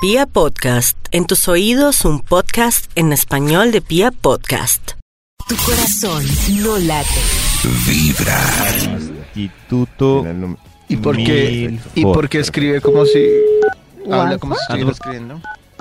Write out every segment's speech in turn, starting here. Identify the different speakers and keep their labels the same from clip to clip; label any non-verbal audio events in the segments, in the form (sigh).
Speaker 1: Pia Podcast, en tus oídos un podcast en español de Pia Podcast.
Speaker 2: Tu corazón no late.
Speaker 3: Instituto.
Speaker 4: ¿Y por qué,
Speaker 3: Mil
Speaker 4: y por qué escribe como si... Habla como si
Speaker 3: Ah,
Speaker 4: estuviera
Speaker 3: no.
Speaker 4: escribiendo.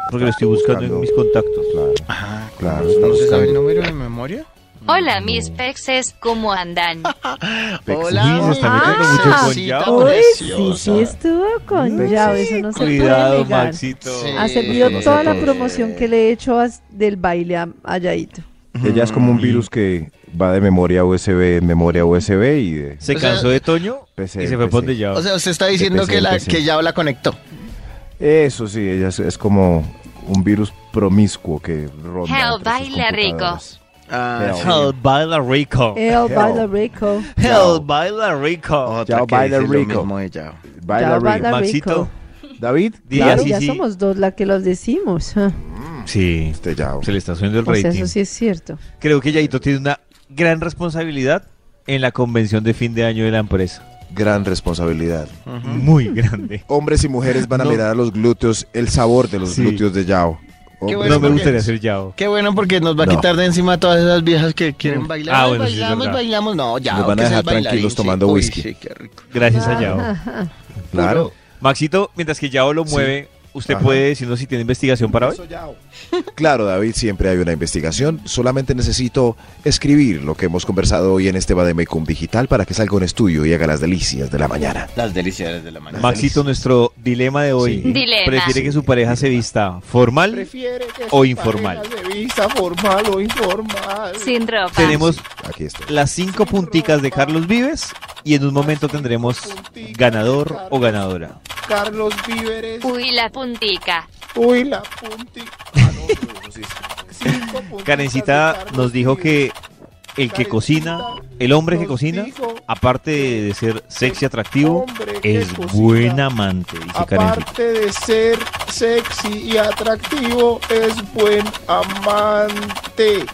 Speaker 3: Porque lo estoy buscando en mis contactos.
Speaker 4: Ajá,
Speaker 5: Claro,
Speaker 4: ¿No se sabe
Speaker 5: buscando.
Speaker 4: el número de memoria?
Speaker 6: Hola mis pexes,
Speaker 5: (laughs)
Speaker 6: ¿cómo andan?
Speaker 3: Sí, se está metiendo
Speaker 4: Ah,
Speaker 3: mucho con
Speaker 4: cita
Speaker 3: Yao.
Speaker 7: Uy, sí,
Speaker 4: preciosa.
Speaker 7: sí estuvo con
Speaker 5: Sí,
Speaker 7: llave,
Speaker 5: sí,
Speaker 7: eso no se puede
Speaker 3: Cuidado,
Speaker 7: negar.
Speaker 3: Maxito.
Speaker 4: Sí.
Speaker 7: Ha
Speaker 5: Eso
Speaker 7: servido
Speaker 5: no se
Speaker 7: toda la
Speaker 5: puede.
Speaker 7: promoción que le he hecho a- del baile a, a Yaito.
Speaker 5: Ella es como un virus que va de memoria USB en memoria USB y de
Speaker 3: Se
Speaker 4: O sea,
Speaker 3: cansó de Toño
Speaker 5: PC.
Speaker 3: y se fue
Speaker 5: PC.
Speaker 3: por de Yao.
Speaker 4: O sea, usted está diciendo
Speaker 5: PC,
Speaker 4: que, la,
Speaker 5: PC.
Speaker 4: que ya la conectó.
Speaker 5: Eso sí, ella es, es como un virus promiscuo que ronda.
Speaker 6: Hell,
Speaker 5: entre sus
Speaker 6: baila
Speaker 5: computadoras.
Speaker 4: Ah,
Speaker 5: sí.
Speaker 3: Hell baila rico.
Speaker 7: El
Speaker 5: Hell.
Speaker 7: baile rico.
Speaker 3: Hell baila rico.
Speaker 4: otra
Speaker 5: Yao
Speaker 4: que
Speaker 5: baila
Speaker 4: dice lo
Speaker 5: rico.
Speaker 4: mismo de Yao.
Speaker 5: Baila
Speaker 7: Ya
Speaker 5: rico.
Speaker 7: baila
Speaker 3: Maxito.
Speaker 7: rico.
Speaker 5: David,
Speaker 3: Di
Speaker 7: Claro,
Speaker 3: así,
Speaker 7: ya
Speaker 3: sí.
Speaker 7: somos dos la que los decimos. (laughs) ah.
Speaker 3: Sí.
Speaker 5: este Yao.
Speaker 3: Se le está subiendo el
Speaker 7: O sea,
Speaker 3: rating.
Speaker 7: Pues eso sí es cierto.
Speaker 3: Creo que Yaito tiene una gran responsabilidad en la convención de fin de año de la empresa.
Speaker 5: Gran responsabilidad.
Speaker 3: Muy
Speaker 5: (laughs)
Speaker 3: grande.
Speaker 5: Mm. Hombres y mujeres van a
Speaker 3: No.
Speaker 5: mirar a los glúteos, el sabor de los
Speaker 3: Sí.
Speaker 5: glúteos de Yao. Hombres
Speaker 4: bueno,
Speaker 3: No
Speaker 5: y
Speaker 3: me
Speaker 4: porque-
Speaker 3: gustaría ser Yao.
Speaker 4: Qué bueno porque nos va a
Speaker 5: No.
Speaker 4: quitar de encima todas esas viejas que quieren bailar.
Speaker 3: Ah,
Speaker 4: Ay,
Speaker 3: bueno, sí, es
Speaker 4: bailamos,
Speaker 3: verdad.
Speaker 4: bailamos. No, ya.
Speaker 5: Nos van a
Speaker 4: que seas
Speaker 5: dejar tranquilos
Speaker 4: bailarín, sí.
Speaker 5: tomando
Speaker 4: Uy,
Speaker 5: whisky.
Speaker 4: sí, qué rico.
Speaker 3: Gracias
Speaker 7: Ah.
Speaker 3: a Yao.
Speaker 5: mujeres. Claro.
Speaker 3: Maxito, mientras que Yao lo mueve, usted
Speaker 5: Ajá.
Speaker 3: puede decirnos si tiene investigación para hoy.
Speaker 5: Claro, David, siempre hay una investigación. Solamente necesito escribir lo que hemos conversado hoy en este Bademecum Digital para que salga un estudio y haga las delicias de la mañana.
Speaker 4: Las delicias de la mañana.
Speaker 3: Maxito, nuestro dilema de hoy.
Speaker 5: Sí.
Speaker 6: Dilema.
Speaker 3: ¿Prefiere que su pareja se vista formal? o informal.
Speaker 5: formal o informal.
Speaker 6: Sin ropa.
Speaker 3: Tenemos
Speaker 5: Aquí estoy.
Speaker 3: las cinco punticas de Carlos Vives y en un momento tendremos ganador o ganadora.
Speaker 5: Carlos Víveres.
Speaker 6: Uy, la puntica.
Speaker 5: Uy, la punti. Ah,
Speaker 3: Karencita nos dijo que el que cocina, el hombre que cocina, aparte de ser sexy atractivo, es buen amante, dice Karencita.
Speaker 5: de ser sexy y atractivo, es buen amante.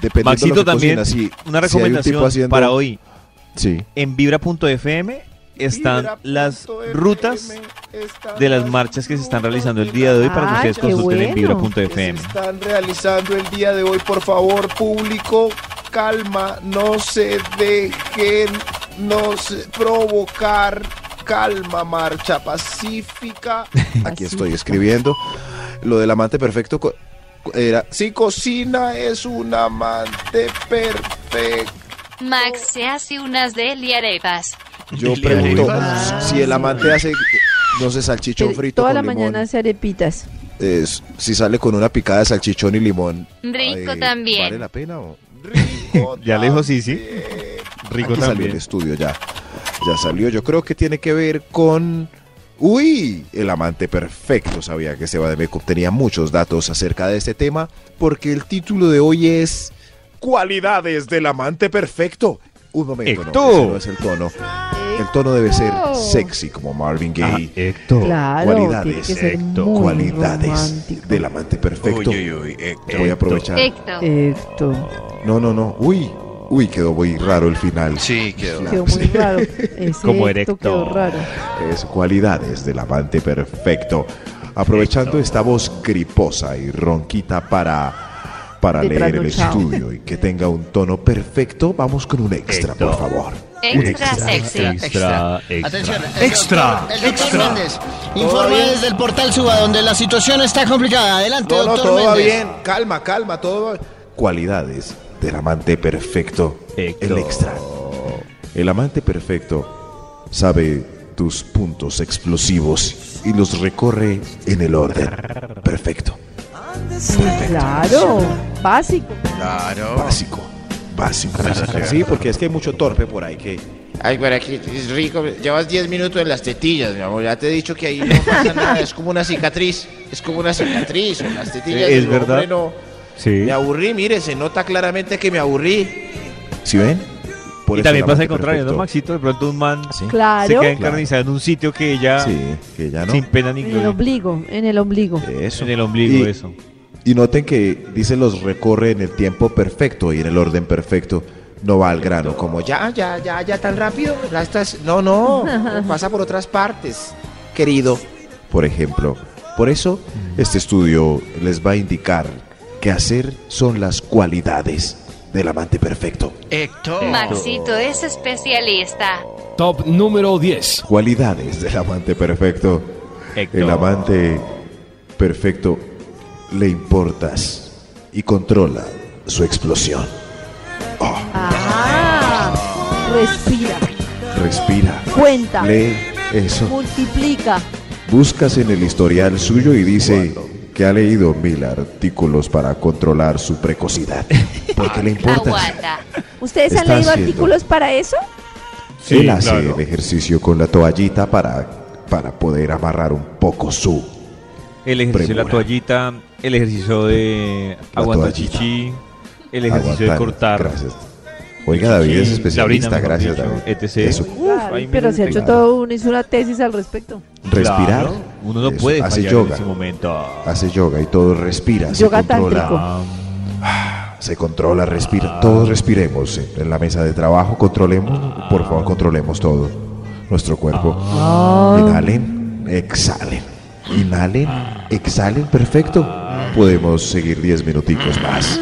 Speaker 5: Dependiendo
Speaker 3: Maxito
Speaker 5: de lo que
Speaker 3: también,
Speaker 5: cocina, sí, si
Speaker 3: Una
Speaker 5: hay un tipo
Speaker 3: recomendación
Speaker 5: haciendo-
Speaker 3: para hoy.
Speaker 5: Sí.
Speaker 3: En vibra.fm están las rutas de las marchas que se están realizando el día de hoy para que
Speaker 7: Ay,
Speaker 3: ustedes
Speaker 7: Ah, qué
Speaker 3: consulten en
Speaker 7: bueno.
Speaker 3: vibra.fm.
Speaker 5: están realizando el día de hoy. Por favor, público, calma, no se dejen nos provocar. Calma, marcha pacífica.
Speaker 3: (laughs)
Speaker 5: Aquí estoy escribiendo. Lo del amante perfecto co- era. Si cocina es un amante perfecto.
Speaker 6: Max se hace unas deliarepas.
Speaker 5: Yo
Speaker 3: Dile,
Speaker 5: pregunto
Speaker 7: Iván.
Speaker 5: si el amante hace, no sé, salchichón
Speaker 7: Pero
Speaker 5: frito
Speaker 7: Toda
Speaker 5: con
Speaker 7: la
Speaker 5: limón,
Speaker 7: mañana hace arepitas.
Speaker 5: es- si sale con una picada de salchichón y limón.
Speaker 6: Rico
Speaker 5: ay,
Speaker 6: también.
Speaker 5: ¿Vale la pena o? Rico
Speaker 3: (laughs) Ya le dijo sí, sí. Rico
Speaker 5: Aquí salió el
Speaker 3: también.
Speaker 5: estudio ya. Ya salió. Yo creo que tiene que ver con... Uy, el amante perfecto. Sabía que Seba de Meco tenía muchos datos acerca de este tema porque el título de hoy es... Cualidades del amante perfecto. Un momento, no,
Speaker 3: Héctor.
Speaker 5: ese no es el tono. El tono debe ser sexy como Marvin Gaye.
Speaker 7: Claro, tiene
Speaker 5: cualidades,
Speaker 7: que ser
Speaker 3: Héctor.
Speaker 7: muy
Speaker 5: cualidades
Speaker 7: romántico.
Speaker 5: del amante perfecto. Voy a aprovechar.
Speaker 6: Héctor.
Speaker 7: Héctor.
Speaker 5: No, no, no. Uy, uy, quedó muy raro el final.
Speaker 4: Sí, quedó.
Speaker 5: Claro,
Speaker 7: Quedó
Speaker 5: sí.
Speaker 7: muy raro. Ese
Speaker 3: Como
Speaker 7: Héctor quedó
Speaker 3: erecto.
Speaker 7: raro.
Speaker 5: Es cualidades del amante perfecto. Aprovechando esta voz griposa y ronquita para, para
Speaker 7: De
Speaker 5: leer el
Speaker 7: trasnochado.
Speaker 5: estudio y que tenga un tono perfecto, vamos con un extra,
Speaker 3: Héctor.
Speaker 5: por favor. Un
Speaker 6: Extra sexy.
Speaker 3: Extra,
Speaker 4: Atención,
Speaker 3: extra.
Speaker 4: el doctor- el doctor Méndez informa desde el portal Suba, donde la situación está complicada. Adelante, doctor Méndez.
Speaker 5: Calma, calma, todo va Cualidades del amante perfecto.
Speaker 3: Héctor.
Speaker 5: El extra. El amante perfecto sabe tus puntos explosivos y los recorre en el orden. Perfecto.
Speaker 7: Claro, básico.
Speaker 5: Básico. Básico. (laughs) Sí, porque es que hay mucho torpe por ahí que.
Speaker 8: Ay, para aquí es rico. Llevas 10 minutos en las tetillas, mi amor. Ya te he dicho que ahí no pasa nada. Es como una cicatriz. Es como una cicatriz. En las tetillas.
Speaker 3: Es
Speaker 8: del
Speaker 3: verdad.
Speaker 8: hombre no.
Speaker 3: Sí.
Speaker 8: Me aburrí, mire, se nota claramente que me aburrí.
Speaker 5: ¿Sí ven? Por
Speaker 3: Y
Speaker 5: eso
Speaker 3: también
Speaker 5: el
Speaker 3: pasa
Speaker 5: amante
Speaker 3: el contrario, ¿no,
Speaker 5: perfecto-
Speaker 3: Maxito? De pronto un man
Speaker 5: Sí.
Speaker 3: se
Speaker 7: Claro.
Speaker 3: queda encarnizado en un sitio que ella,
Speaker 5: Sí, que ya no.
Speaker 3: sin pena ni
Speaker 7: En el
Speaker 3: gloria,
Speaker 7: ombligo, en el ombligo.
Speaker 5: Eso.
Speaker 3: en el ombligo,
Speaker 5: Y-
Speaker 3: eso.
Speaker 5: Y noten que dice los recorre en el tiempo perfecto y en el orden perfecto. No va al grano, como ya.
Speaker 8: Ya, ya, ya, ya tan rápido.
Speaker 7: (laughs)
Speaker 8: Ya estás- No, no. Pasa por otras partes, querido.
Speaker 5: Por ejemplo, Por eso,
Speaker 3: Mm.
Speaker 5: este estudio les va a indicar qué hacer son las cualidades del amante perfecto.
Speaker 6: Maxito es especialista.
Speaker 9: Top número 10.
Speaker 5: Cualidades del amante perfecto.
Speaker 3: Héctor.
Speaker 5: El amante perfecto le importas y controla su explosión.
Speaker 7: Ah, respira,
Speaker 5: Respira.
Speaker 7: cuenta,
Speaker 5: Lee eso.
Speaker 7: multiplica.
Speaker 5: Buscas en el historial suyo y dice que ha leído mil artículos para controlar su
Speaker 7: (laughs)
Speaker 5: precocidad. Porque le
Speaker 7: Ah,
Speaker 5: importas.
Speaker 6: Aguanta.
Speaker 7: ¿Ustedes han
Speaker 5: Está
Speaker 7: leído
Speaker 5: haciendo.
Speaker 7: artículos para eso?
Speaker 3: Sí,
Speaker 5: Él hace
Speaker 3: claro.
Speaker 5: el ejercicio con la toallita para, para poder amarrar un poco su.
Speaker 3: El ejercicio de la
Speaker 5: Premura.
Speaker 3: toallita, el ejercicio de
Speaker 5: La
Speaker 3: aguantar
Speaker 5: toallita.
Speaker 3: chichi, el ejercicio de
Speaker 5: aguantar.
Speaker 3: cortar.
Speaker 5: Gracias. Oiga, David es
Speaker 3: Sí,
Speaker 5: especialista.
Speaker 3: la orina, mejor
Speaker 5: gracias,
Speaker 3: dicho, este-
Speaker 5: David.
Speaker 3: etc.
Speaker 5: Eso.
Speaker 7: Claro,
Speaker 3: ahí
Speaker 7: pero
Speaker 3: me
Speaker 7: se ha hecho
Speaker 5: claro.
Speaker 7: todo uno, hizo una tesis al respecto.
Speaker 5: Respirar.
Speaker 3: Claro, Uno no
Speaker 5: Eso.
Speaker 3: puede
Speaker 5: Hace
Speaker 3: fallar en
Speaker 5: yoga.
Speaker 3: ese momento.
Speaker 5: Hace yoga y todo respira.
Speaker 7: Yoga
Speaker 5: se controla.
Speaker 7: tántrico.
Speaker 5: Se controla, respira. Todos respiremos en- en la mesa de trabajo. Controlemos, por favor, controlemos todo. Nuestro cuerpo. Inhalen, exhalen. Inhalen, exhalen. Perfecto. Podemos seguir 10 minuticos más.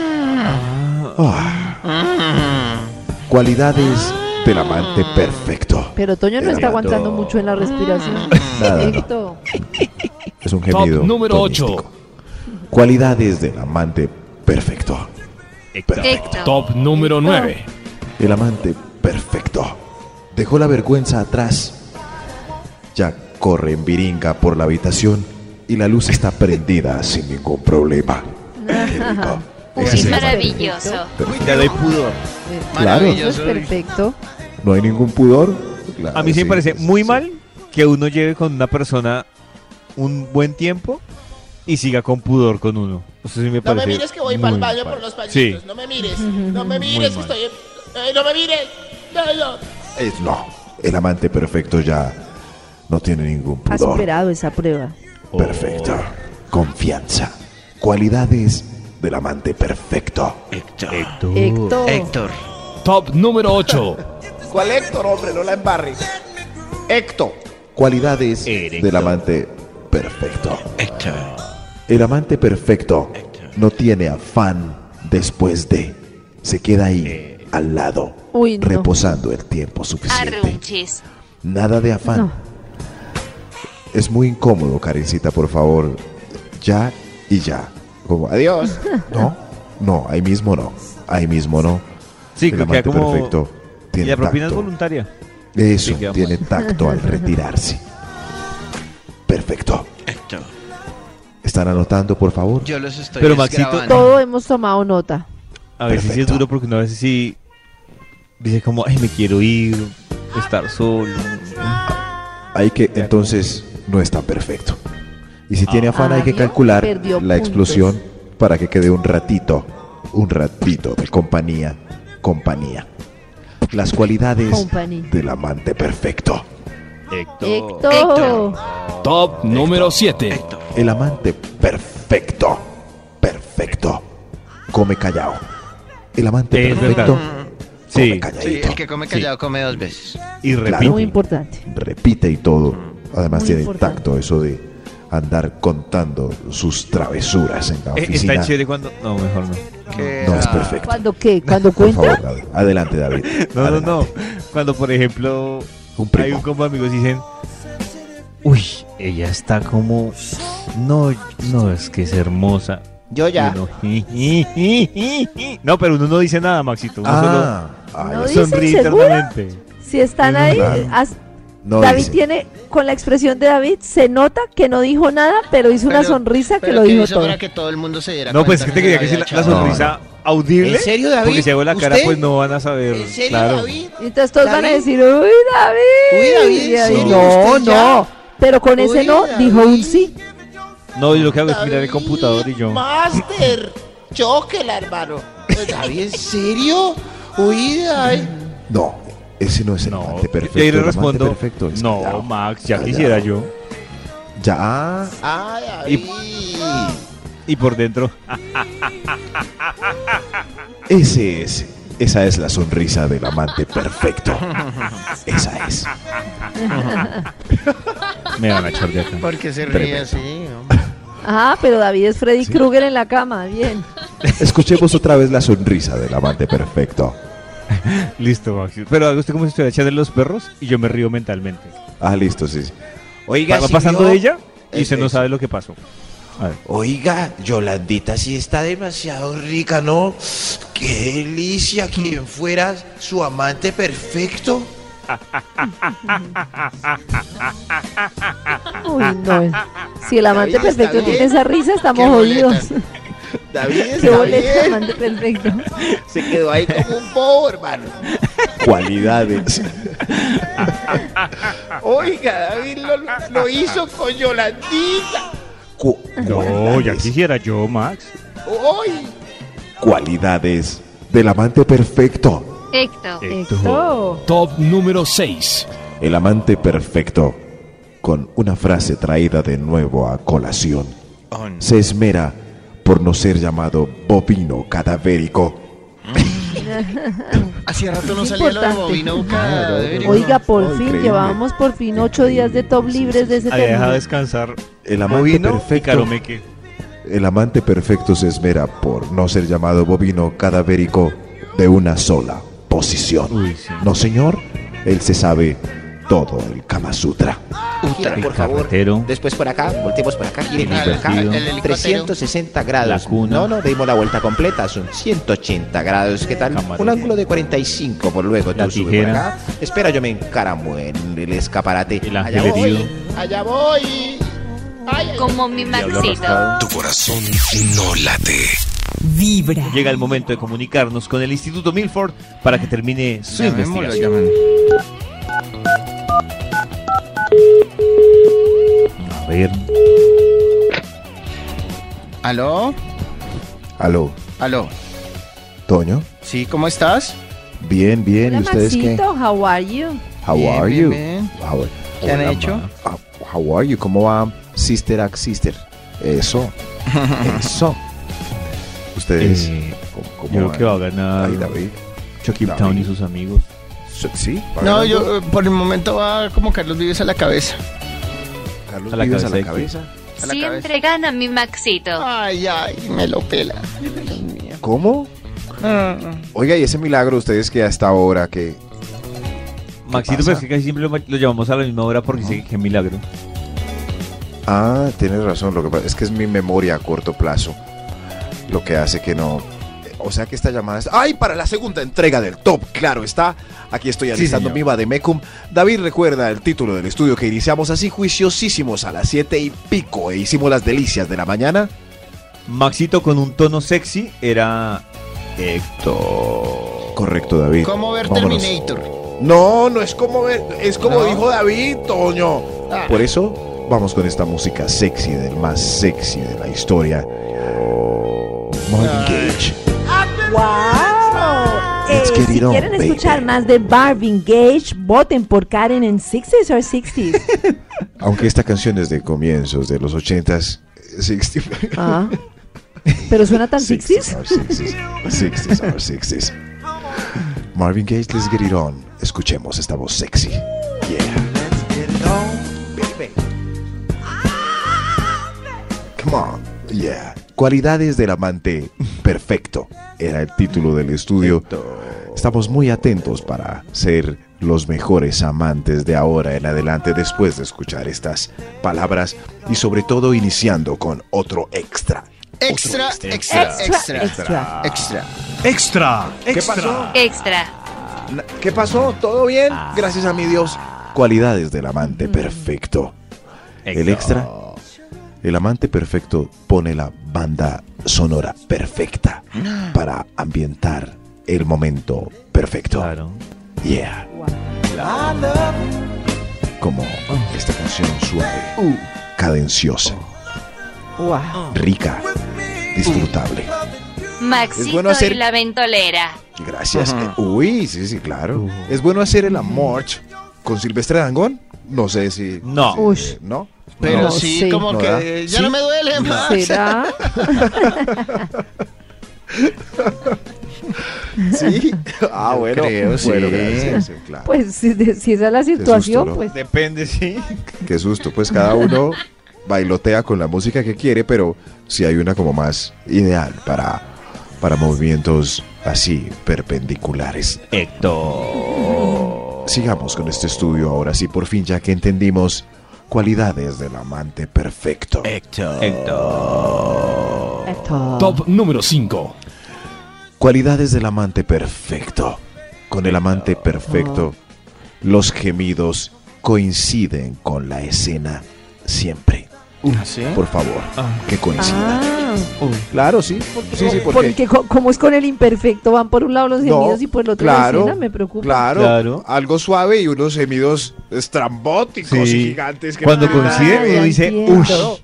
Speaker 5: Ah. Cualidades del amante perfecto.
Speaker 7: Pero Toño no
Speaker 5: Era
Speaker 7: está
Speaker 5: mato.
Speaker 7: aguantando mucho en la respiración.
Speaker 5: Nada.
Speaker 7: Perfecto.
Speaker 5: Es un
Speaker 9: Top
Speaker 5: gemido.
Speaker 9: número
Speaker 5: tonístico.
Speaker 9: 8.
Speaker 5: Cualidades del amante perfecto.
Speaker 6: Héctor.
Speaker 9: Top número 9.
Speaker 5: El amante perfecto. Dejó la vergüenza atrás. Ya corre en viringa por la habitación y la luz está prendida (laughs) sin ningún problema. Qué
Speaker 7: Ah.
Speaker 5: rico. Ese es
Speaker 6: Uy,
Speaker 5: el amante
Speaker 6: maravilloso.
Speaker 5: perfecto.
Speaker 3: Ya no hay pudor.
Speaker 5: Claro,
Speaker 7: Eso es perfecto.
Speaker 5: no hay ningún pudor. Claro,
Speaker 3: A mí sí
Speaker 5: sí,
Speaker 3: me parece
Speaker 5: sí,
Speaker 3: muy
Speaker 5: sí.
Speaker 3: mal que uno lleve con una persona un buen tiempo y siga con pudor con uno. Eso sí me
Speaker 10: No me
Speaker 3: parece.
Speaker 10: mires que voy
Speaker 3: muy
Speaker 10: para el baño
Speaker 3: mal.
Speaker 10: por los pañitos.
Speaker 3: Sí.
Speaker 10: No me mires. No me mires que
Speaker 3: mal.
Speaker 10: estoy. en- eh, no me mires. No, no.
Speaker 5: Es- no, el amante perfecto ya no tiene ningún
Speaker 7: Ha
Speaker 5: pudor.
Speaker 7: superado esa prueba.
Speaker 5: Perfecto. Confianza. Cualidades del amante perfecto.
Speaker 7: Héctor.
Speaker 9: Top número 8.
Speaker 8: ¿Cuál Héctor, hombre? No la embarre. Héctor.
Speaker 5: Cualidades
Speaker 3: Erecto.
Speaker 5: del amante perfecto. El amante perfecto no tiene afán después de. Se queda ahí,
Speaker 3: Eh.
Speaker 5: al lado,
Speaker 7: Uy, no.
Speaker 5: reposando el tiempo suficiente.
Speaker 6: Arrunchis.
Speaker 5: Nada de afán.
Speaker 7: No.
Speaker 5: Es muy incómodo, Karencita, por favor. Ya y ya. Como,
Speaker 7: (laughs)
Speaker 5: adiós. No, no, ahí mismo no. Ahí mismo no.
Speaker 3: Sí,
Speaker 5: el
Speaker 3: creo que
Speaker 5: amante
Speaker 3: era como-
Speaker 5: perfecto
Speaker 3: Y
Speaker 5: tiene
Speaker 3: la propina es
Speaker 5: tacto.
Speaker 3: voluntaria.
Speaker 5: Eso,
Speaker 3: Sí, queda
Speaker 5: tiene tacto
Speaker 3: (laughs)
Speaker 5: al retirarse. Perfecto. ¿Están anotando, por favor?
Speaker 11: Yo los estoy
Speaker 3: Pero Maxito-
Speaker 11: desgrabando.
Speaker 7: Todo hemos tomado nota.
Speaker 3: A veces sí es
Speaker 5: Perfecto.
Speaker 3: duro porque una vez sí dices como, ay, me quiero ir, estar solo.
Speaker 5: Hay que, entonces, no es tan perfecto. Y si tiene afán, hay que
Speaker 7: Ah, ¿vio?
Speaker 5: calcular
Speaker 7: Perdió
Speaker 5: la
Speaker 7: puntos.
Speaker 5: explosión para que quede un ratito, un ratito de compañía, compañía. Las cualidades
Speaker 7: Company.
Speaker 5: del amante perfecto.
Speaker 7: Héctor.
Speaker 11: Héctor.
Speaker 9: Top número 7.
Speaker 5: El amante perfecto, perfecto, come callado. El amante
Speaker 3: Es
Speaker 5: perfecto come
Speaker 3: Sí,
Speaker 11: Sí,
Speaker 5: calladito.
Speaker 11: el que come callado come dos veces.
Speaker 3: y Eh,
Speaker 5: Claro.
Speaker 3: repite.
Speaker 7: Muy importante.
Speaker 5: repite y todo. Además
Speaker 7: Muy
Speaker 5: tiene
Speaker 7: importante.
Speaker 5: tacto eso de andar contando sus travesuras en la
Speaker 3: Eh, está
Speaker 5: oficina.
Speaker 3: chévere cuando. No, mejor no.
Speaker 11: Que,
Speaker 5: No es
Speaker 11: ah,
Speaker 5: perfecto.
Speaker 7: ¿Cuándo qué? ¿Cuándo
Speaker 5: Por
Speaker 7: cuenta?
Speaker 5: favor, David. Adelante, David.
Speaker 3: (laughs) No, no,
Speaker 5: Adelante.
Speaker 3: no. Cuando, por ejemplo,
Speaker 5: Un primo.
Speaker 3: hay un combo de amigos y dicen, uy, ella está como. No, no, es que es hermosa.
Speaker 10: Yo ya.
Speaker 3: Y uno, "Ji, ji, ji, ji, ji". No, pero uno no dice nada, Maxito. Uno
Speaker 5: Ah, ay,
Speaker 7: No
Speaker 5: no,
Speaker 3: solo
Speaker 7: dice,
Speaker 3: sonríe
Speaker 7: ¿seguro?
Speaker 3: eternamente.
Speaker 7: Si están
Speaker 5: Es
Speaker 7: ahí,
Speaker 5: verdad.
Speaker 7: haz-
Speaker 5: no
Speaker 7: David
Speaker 5: dice.
Speaker 7: tiene, con la expresión de David, se nota que no dijo nada, pero hizo una
Speaker 11: Pero-
Speaker 7: sonrisa que
Speaker 11: pero
Speaker 7: lo
Speaker 11: ¿qué
Speaker 7: dijo
Speaker 11: hizo?
Speaker 7: todo.
Speaker 11: Era que todo el mundo se diera
Speaker 3: No, pues es
Speaker 11: cuenta
Speaker 3: que te quería que
Speaker 11: lo
Speaker 3: decir la,
Speaker 11: había
Speaker 3: la
Speaker 11: echado.
Speaker 3: sonrisa audible.
Speaker 10: ¿En serio, David?
Speaker 3: Porque si hago la cara,
Speaker 10: ¿Usted?
Speaker 3: pues no van a saber.
Speaker 10: ¿En serio,
Speaker 3: claro.
Speaker 10: David?
Speaker 7: Y Entonces todos van a
Speaker 10: ¿David?
Speaker 7: decir, uy, David.
Speaker 10: Uy, David,
Speaker 7: Y ahí,
Speaker 10: sí,
Speaker 7: no,
Speaker 10: usted ya.
Speaker 7: no. Pero con ese
Speaker 10: Uy,
Speaker 7: no, dijo un
Speaker 10: David.
Speaker 7: sí.
Speaker 3: No, yo lo que hago es mirar el computador y yo.
Speaker 10: Master. Chóquela, hermano. Pues, David, ¿en serio? Uy,
Speaker 3: (laughs)
Speaker 10: David.
Speaker 5: No, ese no es el
Speaker 3: No,
Speaker 5: amante perfecto.
Speaker 3: y ahí
Speaker 5: el
Speaker 3: le
Speaker 5: amante
Speaker 3: respondo.
Speaker 5: perfecto es
Speaker 3: no,
Speaker 5: callado.
Speaker 3: Max, ya
Speaker 5: Callado.
Speaker 3: quisiera yo.
Speaker 5: Ya. ah,
Speaker 10: Ah, David.
Speaker 3: Y por dentro.
Speaker 5: Ese es. Esa es la sonrisa del amante
Speaker 3: (laughs)
Speaker 5: perfecto. Esa es.
Speaker 3: Me van a echar de acá.
Speaker 11: Porque se ríe
Speaker 5: Tremendo.
Speaker 11: así. hombre.
Speaker 7: Ah, pero David es Freddy Krueger en la cama, bien.
Speaker 5: Escuchemos otra vez la sonrisa del amante perfecto.
Speaker 3: Listo, Max. Pero hago usted como si estuviera echando los perros y yo me río mentalmente.
Speaker 5: Ah, listo, sí. sí.
Speaker 3: Oiga, va
Speaker 10: si
Speaker 3: pasando
Speaker 10: vio-
Speaker 3: ella y
Speaker 10: Es-
Speaker 3: se no
Speaker 10: es-
Speaker 3: sabe lo que pasó. A ver.
Speaker 10: Oiga, Yolandita sí está demasiado rica, ¿no? Qué delicia quien fuera su amante perfecto.
Speaker 7: Uy, no. Si el amante
Speaker 10: David está
Speaker 7: perfecto
Speaker 10: bien.
Speaker 7: tiene esa risa, estamos
Speaker 10: Qué boleta.
Speaker 7: jodidos. (laughs)
Speaker 10: David
Speaker 7: Qué
Speaker 10: está
Speaker 7: boleta, el
Speaker 10: bien.
Speaker 7: amante perfecto.
Speaker 10: Se quedó ahí como un bobo, hermano.
Speaker 5: Cualidades.
Speaker 8: Oiga, David lo, lo hizo con Yolandita.
Speaker 5: Cu-
Speaker 3: No, ya quisiera yo, Max.
Speaker 8: Hoy.
Speaker 5: Cualidades del amante perfecto.
Speaker 6: Héctor.
Speaker 5: Eh.
Speaker 7: Esto.
Speaker 9: Top número 6.
Speaker 5: El amante perfecto. Con una frase traída de nuevo a colación. Se esmera por no ser llamado bovino cadavérico.
Speaker 4: Hacía rato no salía lo de
Speaker 7: Importante.
Speaker 4: bovino cadavérico.
Speaker 7: Oiga, por fin,
Speaker 5: Increíble.
Speaker 7: llevábamos por fin ocho días de top libres de ese
Speaker 3: Había dejado
Speaker 7: tema.
Speaker 3: descansar
Speaker 5: El amante
Speaker 3: Bovino y
Speaker 5: perfecto.
Speaker 3: Caromeque.
Speaker 5: El amante perfecto se esmera por no ser llamado bovino cadavérico de una sola posición.
Speaker 3: Uy, sí.
Speaker 5: No, señor, él se sabe todo el Kama Sutra.
Speaker 10: Gira,
Speaker 3: El
Speaker 10: por favor.
Speaker 3: carretero.
Speaker 10: Después por acá, volteemos por acá, giren
Speaker 3: El
Speaker 10: por acá.
Speaker 3: invertido.
Speaker 4: El helicóptero.
Speaker 10: 360 grados.
Speaker 3: La cuna.
Speaker 10: No, no, dimos la vuelta completa, son 180 grados. ¿Qué tal?
Speaker 3: Camarote.
Speaker 10: Un ángulo de 45 por luego.
Speaker 3: La
Speaker 10: Tú sube por
Speaker 3: tijera.
Speaker 10: acá. Espera, yo me encaramo en el escaparate.
Speaker 3: El
Speaker 10: Allá
Speaker 3: ángel
Speaker 10: voy.
Speaker 3: herido.
Speaker 8: Allá voy.
Speaker 6: Como mi Maxito.
Speaker 12: Tu corazón no late.
Speaker 2: Vibra.
Speaker 3: Llega el momento de comunicarnos con el Instituto Milford para que termine su
Speaker 11: Llamémoslo,
Speaker 3: investigación.
Speaker 11: llamémoslo.
Speaker 3: A ver.
Speaker 4: ¿Aló?
Speaker 5: Aló,
Speaker 4: ¿Aló?
Speaker 5: Toño.
Speaker 4: Sí, ¿cómo estás?
Speaker 5: Bien, bien. ¿Y
Speaker 7: Hola,
Speaker 5: ustedes qué?
Speaker 7: Maxito, how are you?
Speaker 5: How
Speaker 4: Bien,
Speaker 5: are
Speaker 4: bien,
Speaker 5: you?
Speaker 4: bien.
Speaker 5: How are-
Speaker 4: ¿Qué han
Speaker 5: Hola,
Speaker 4: hecho?
Speaker 5: ma. Ah, How are you? ¿Cómo va Sister Act Sister? Eso.
Speaker 3: (laughs)
Speaker 5: Eso. Ustedes.
Speaker 3: Eh,
Speaker 5: ¿cómo-
Speaker 3: yo
Speaker 5: cómo
Speaker 3: creo
Speaker 5: van?
Speaker 3: que va a ganar
Speaker 5: Ahí, David.
Speaker 3: Chucky
Speaker 5: David.
Speaker 3: Town y sus amigos.
Speaker 5: Sí. va
Speaker 4: No,
Speaker 5: ganando.
Speaker 4: yo eh, por el momento va como Carlos Vives a la cabeza.
Speaker 5: Carlos
Speaker 3: A la
Speaker 5: Vives
Speaker 3: cabeza de
Speaker 4: A la
Speaker 6: Siempre gana mi Maxito.
Speaker 4: Ay, ay, me lo pela. Dios mío.
Speaker 5: ¿Cómo?
Speaker 4: Ah, ah.
Speaker 5: Oiga, y ese milagro, ustedes que hasta ahora que.
Speaker 3: Maxito,
Speaker 5: pasa?
Speaker 3: pero es que casi siempre lo, lo llamamos a la misma hora porque dice que qué milagro.
Speaker 5: Ah, tienes razón. Lo que pasa es que es mi memoria a corto plazo. Lo que hace que no. O sea que esta llamada es. ¡Ay! Para la segunda entrega del top, claro está. Aquí estoy alistando mi Vademecum. David recuerda el título del estudio que iniciamos así juiciosísimos a las 7 y pico e hicimos las delicias de la mañana.
Speaker 3: Maxito con un tono sexy era Héctor.
Speaker 5: Correcto, David.
Speaker 4: ¿Cómo ver
Speaker 5: Vámonos.
Speaker 4: Terminator?
Speaker 5: No, no es como ver. Es como
Speaker 4: No.
Speaker 5: dijo David, Toño.
Speaker 4: Ah,
Speaker 5: Por eso vamos con esta música sexy del más sexy de la historia. Marvin Gage.
Speaker 7: ¡Wow! Eh,
Speaker 5: Let's get
Speaker 7: si
Speaker 5: it on,
Speaker 7: quieren
Speaker 5: baby.
Speaker 7: escuchar más de Marvin Gage, voten por Karen en 60s or 60s.
Speaker 5: Aunque esta canción es de comienzos de los eh, 80s, (laughs) 60s.
Speaker 7: Ah. Pero suena tan 60s.
Speaker 5: 60s are 60s. 60s are 60s. Marvin Gaye, let's get it on. Escuchemos esta voz sexy. Yeah. Come on. Yeah. Cualidades del amante perfecto. Era el título del estudio. Estamos muy atentos para ser los mejores amantes de ahora en adelante después de escuchar estas palabras y sobre todo iniciando con otro extra.
Speaker 4: Extra,
Speaker 5: Otro
Speaker 4: extra,
Speaker 7: Extra,
Speaker 4: extra, extra.
Speaker 7: extra.
Speaker 9: Extra. Extra.
Speaker 5: Ah.
Speaker 6: Extra.
Speaker 5: Na- ¿Qué pasó? ¿Todo bien? Gracias a mi Dios. Cualidades del amante perfecto. El extra. El amante perfecto pone la banda sonora
Speaker 3: (gasps)
Speaker 5: perfecta para ambientar el momento perfecto.
Speaker 3: Claro.
Speaker 5: Yeah. Como esta canción suave, cadenciosa,
Speaker 7: Wow.
Speaker 5: rica, Uh. disfrutable.
Speaker 6: Maxito
Speaker 5: bueno hacer-
Speaker 6: y la ventolera.
Speaker 5: Gracias. Eh, Uy, sí, sí, claro.
Speaker 3: Uh.
Speaker 5: ¿Es bueno hacer el amor con Silvestre Dangón? No sé si...
Speaker 3: No.
Speaker 7: Uy.
Speaker 5: eh, ¿No?
Speaker 4: Pero
Speaker 7: No,
Speaker 4: sí,
Speaker 7: sí.
Speaker 4: como
Speaker 5: No,
Speaker 4: que
Speaker 5: ¿verdad?
Speaker 4: eh, ya
Speaker 5: Sí.
Speaker 4: no me duele más.
Speaker 7: ¿Será?
Speaker 5: (laughs) Sí. Ah, bueno.
Speaker 10: creo, sí.
Speaker 5: bueno, gracias. sí, claro.
Speaker 7: Pues si, de- si esa es la situación,
Speaker 5: ¿no?
Speaker 7: pues.
Speaker 3: Depende, sí.
Speaker 5: Qué susto, pues cada uno bailotea con la música que quiere, pero si hay una como más ideal para, para movimientos así perpendiculares. Héctor. Sigamos con este estudio ahora sí, por fin, ya que entendimos cualidades del amante perfecto. Héctor.
Speaker 9: Top número 5.
Speaker 5: Cualidades del amante perfecto. Con el amante perfecto, los gemidos coinciden con la escena siempre. Por favor, que coincida. Ah. Claro, sí. Sí, sí, porque-
Speaker 7: Ah. Porque co- como es con el imperfecto, van por un lado los
Speaker 5: No,
Speaker 7: gemidos y por el otro
Speaker 5: claro,
Speaker 7: la escena, me preocupa.
Speaker 5: Claro, algo suave y unos gemidos estrambóticos
Speaker 3: Sí.
Speaker 5: y gigantes. que
Speaker 3: Cuando
Speaker 5: no tienen
Speaker 3: coinciden,
Speaker 5: nada que
Speaker 3: uno
Speaker 5: ver.
Speaker 3: dice,
Speaker 5: Entiendo.
Speaker 3: "Ush".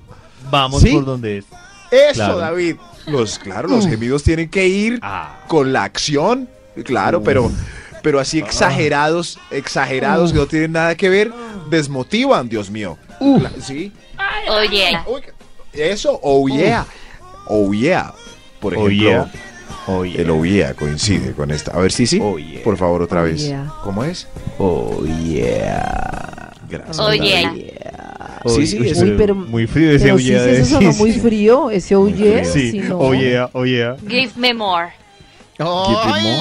Speaker 3: Vamos
Speaker 5: Sí.
Speaker 3: por donde es.
Speaker 5: Eso,
Speaker 3: Claro.
Speaker 5: David. Los, claro, los
Speaker 3: Mm.
Speaker 5: gemidos tienen que ir
Speaker 3: Ah,
Speaker 5: con la acción, claro, pero, pero así exagerados, exagerados, que no tienen nada que ver, desmotivan, Dios mío. La- sí,
Speaker 6: Oye,
Speaker 5: eso, oh yeah, oh yeah, por
Speaker 3: Oh,
Speaker 5: ejemplo. El oh yeah coincide con esta. A ver, sí, sí. Por favor, otra
Speaker 7: Oh,
Speaker 5: vez.
Speaker 7: yeah.
Speaker 5: ¿Cómo es? Oh yeah. Gracias.
Speaker 6: oye,
Speaker 5: David. Sí, sí,
Speaker 3: Uy,
Speaker 5: es-
Speaker 7: Uy, pero,
Speaker 3: muy frío ese
Speaker 7: pero sí,
Speaker 3: oye.
Speaker 7: sí, eso
Speaker 3: (laughs)
Speaker 7: sonó muy frío, ese oye.
Speaker 3: Sí,
Speaker 7: si no.
Speaker 3: oye, oye.
Speaker 6: give me more.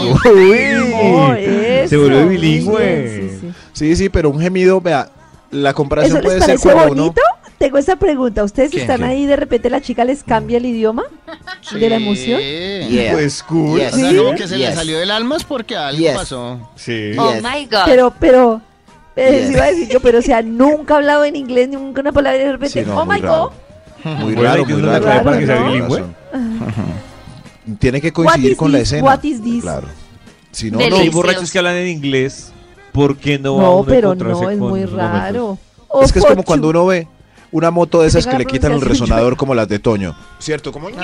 Speaker 7: Oh,
Speaker 3: (laughs)
Speaker 5: Se
Speaker 7: eso,
Speaker 5: volvió
Speaker 7: muy
Speaker 5: bilingüe.
Speaker 7: bien, sí, sí.
Speaker 5: Sí, sí, pero un gemido, vea, la comparación
Speaker 7: ¿Eso les
Speaker 5: puede ser
Speaker 7: parece
Speaker 5: como uno.
Speaker 7: bonito? Tengo esa pregunta. ¿Ustedes
Speaker 5: ¿Qué?
Speaker 7: están
Speaker 5: ¿Qué?
Speaker 7: ahí y de repente la chica les cambia el idioma de la emoción?
Speaker 5: Yeah. Pues cool.
Speaker 4: Yes.
Speaker 5: ¿Sí?
Speaker 4: O sea, como que se le
Speaker 5: Yes.
Speaker 4: salió del alma es porque algo
Speaker 5: Yes.
Speaker 4: pasó.
Speaker 3: Sí.
Speaker 6: Oh my god.
Speaker 7: Pero, pero, pero
Speaker 4: Yes.
Speaker 7: eso iba a decir yo, pero o sea, nunca he hablado en inglés, nunca una palabra y de repente,
Speaker 5: Sí, no,
Speaker 7: oh
Speaker 5: muy
Speaker 7: my
Speaker 5: raro.
Speaker 7: god,
Speaker 5: Muy
Speaker 3: Bueno,
Speaker 5: raro,
Speaker 3: yo
Speaker 5: muy
Speaker 3: no la
Speaker 5: raro.
Speaker 3: traje para que
Speaker 5: Tiene
Speaker 3: sea
Speaker 5: razón.
Speaker 3: bilingüe.
Speaker 5: Tiene que
Speaker 7: what
Speaker 5: coincidir
Speaker 7: is
Speaker 5: con la
Speaker 7: this,
Speaker 5: escena.
Speaker 7: what is this?
Speaker 5: Claro. Si no,
Speaker 3: No, no, hay
Speaker 6: Delicioso.
Speaker 3: borrachos que hablan en inglés. ¿Por qué no va
Speaker 7: No,
Speaker 3: uno a
Speaker 7: pero
Speaker 3: encontrarse
Speaker 7: no, es
Speaker 3: con
Speaker 7: muy
Speaker 3: esos momentos?
Speaker 7: raro. Oh,
Speaker 5: Es que es como
Speaker 7: Ojo,
Speaker 5: cuando uno ve una moto de esas que
Speaker 7: tenga
Speaker 5: le
Speaker 7: la
Speaker 5: quitan el
Speaker 7: pronunciación (laughs)
Speaker 5: resonador como las de Toño. ¿Cierto? Como... Y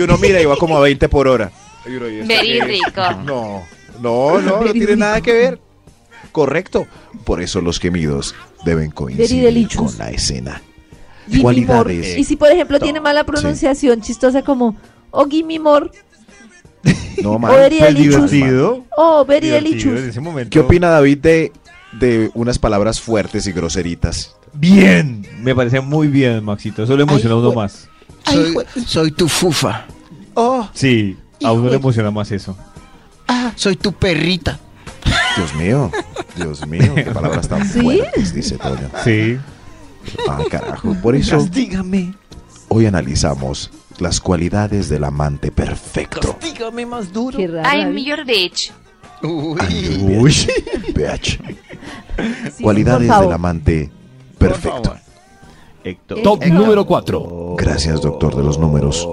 Speaker 5: uno mira y va como a 20 por hora. Y uno, ¿y esto
Speaker 6: Very
Speaker 5: qué es?
Speaker 6: rico.
Speaker 5: (laughs) No, no, no, no tiene nada que ver. Correcto. Por eso los gemidos deben coincidir
Speaker 7: delicious.
Speaker 5: con la escena.
Speaker 7: give me
Speaker 5: Cualidades.
Speaker 7: more. Y si, por ejemplo, tiene mala pronunciación chistosa como, oh, gimme more,
Speaker 5: No
Speaker 7: o
Speaker 5: mal.
Speaker 7: very
Speaker 3: Pues
Speaker 7: delicious,
Speaker 3: divertido.
Speaker 7: oh, very
Speaker 3: divertido
Speaker 7: delicious.
Speaker 3: en ese momento.
Speaker 5: ¿Qué opina David de, de unas palabras fuertes y groseritas?
Speaker 3: Bien. Me parece muy bien, Maxito. Eso le emociona a uno más.
Speaker 11: Soy,
Speaker 4: jue-
Speaker 11: soy tu fufa.
Speaker 4: Oh,
Speaker 3: Sí, a uno
Speaker 4: Hijo
Speaker 3: le
Speaker 4: de-
Speaker 3: emociona más eso.
Speaker 4: ah, soy tu perrita.
Speaker 5: Dios mío, Dios mío, qué palabras tan
Speaker 7: ¿Sí?
Speaker 5: fuertes, dice Toño.
Speaker 3: Sí.
Speaker 5: Ah, carajo. Por eso
Speaker 3: Dígame.
Speaker 5: hoy analizamos las cualidades del amante perfecto.
Speaker 4: Dígame más duro.
Speaker 7: Qué raro.
Speaker 6: I'm
Speaker 7: David.
Speaker 6: your bitch.
Speaker 4: Uy.
Speaker 5: Uy, bitch.
Speaker 7: Sí, sí,
Speaker 5: Cualidades
Speaker 7: por favor.
Speaker 5: del amante perfecto.
Speaker 3: Héctor.
Speaker 9: Top número 4.
Speaker 5: Gracias, doctor de los números.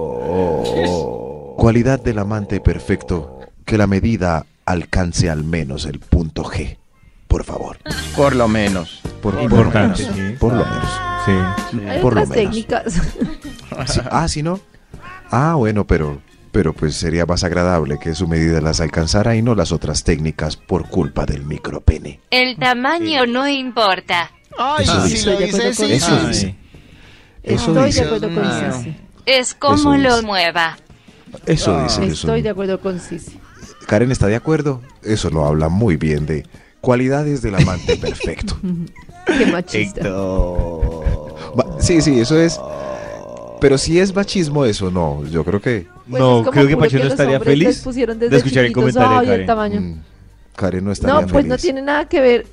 Speaker 5: Cualidad del amante perfecto, que la medida alcance al menos el punto G. Por favor.
Speaker 11: Por lo menos.
Speaker 5: Por, por
Speaker 3: Importante,
Speaker 5: lo menos.
Speaker 3: sí.
Speaker 5: Por lo menos.
Speaker 3: Sí.
Speaker 7: Hay
Speaker 5: por lo
Speaker 7: otras
Speaker 5: menos.
Speaker 7: técnicas.
Speaker 5: Sí, Ah, si no. Ah, bueno, pero, pero pues sería más agradable que su medida las alcanzara y no las otras técnicas por culpa del micropene.
Speaker 6: El tamaño no importa.
Speaker 4: Ay,
Speaker 5: Eso
Speaker 4: si
Speaker 5: dice.
Speaker 4: lo
Speaker 7: Estoy de
Speaker 4: dice, sí.
Speaker 7: acuerdo
Speaker 5: Eso
Speaker 4: Ay.
Speaker 5: dice. Eso
Speaker 7: Estoy de
Speaker 5: dice.
Speaker 7: acuerdo con
Speaker 4: Ah.
Speaker 7: Sisi.
Speaker 6: Es como
Speaker 5: Eso
Speaker 6: lo
Speaker 5: es.
Speaker 6: mueva.
Speaker 5: Eso dice. eso
Speaker 7: Estoy
Speaker 5: dice.
Speaker 7: de acuerdo con Sisi.
Speaker 5: Karen está de acuerdo. Eso lo habla muy bien de cualidades del
Speaker 7: (laughs)
Speaker 5: amante perfecto.
Speaker 7: Qué machista.
Speaker 5: Ma- sí, sí, eso es. Pero si es machismo eso, no. Yo creo que
Speaker 7: Pues es
Speaker 3: no,
Speaker 7: como
Speaker 3: creo que
Speaker 7: puro
Speaker 3: Pacho no
Speaker 7: los
Speaker 3: estaría
Speaker 7: hombres les
Speaker 3: feliz
Speaker 7: pusieron desde
Speaker 3: de escuchar el
Speaker 7: chiquitos,
Speaker 3: comentario de
Speaker 7: "Ay, el
Speaker 3: Karen".
Speaker 7: tamaño".
Speaker 5: mm, Karen no estaría
Speaker 7: No, pues no
Speaker 5: feliz.
Speaker 7: tiene nada que ver.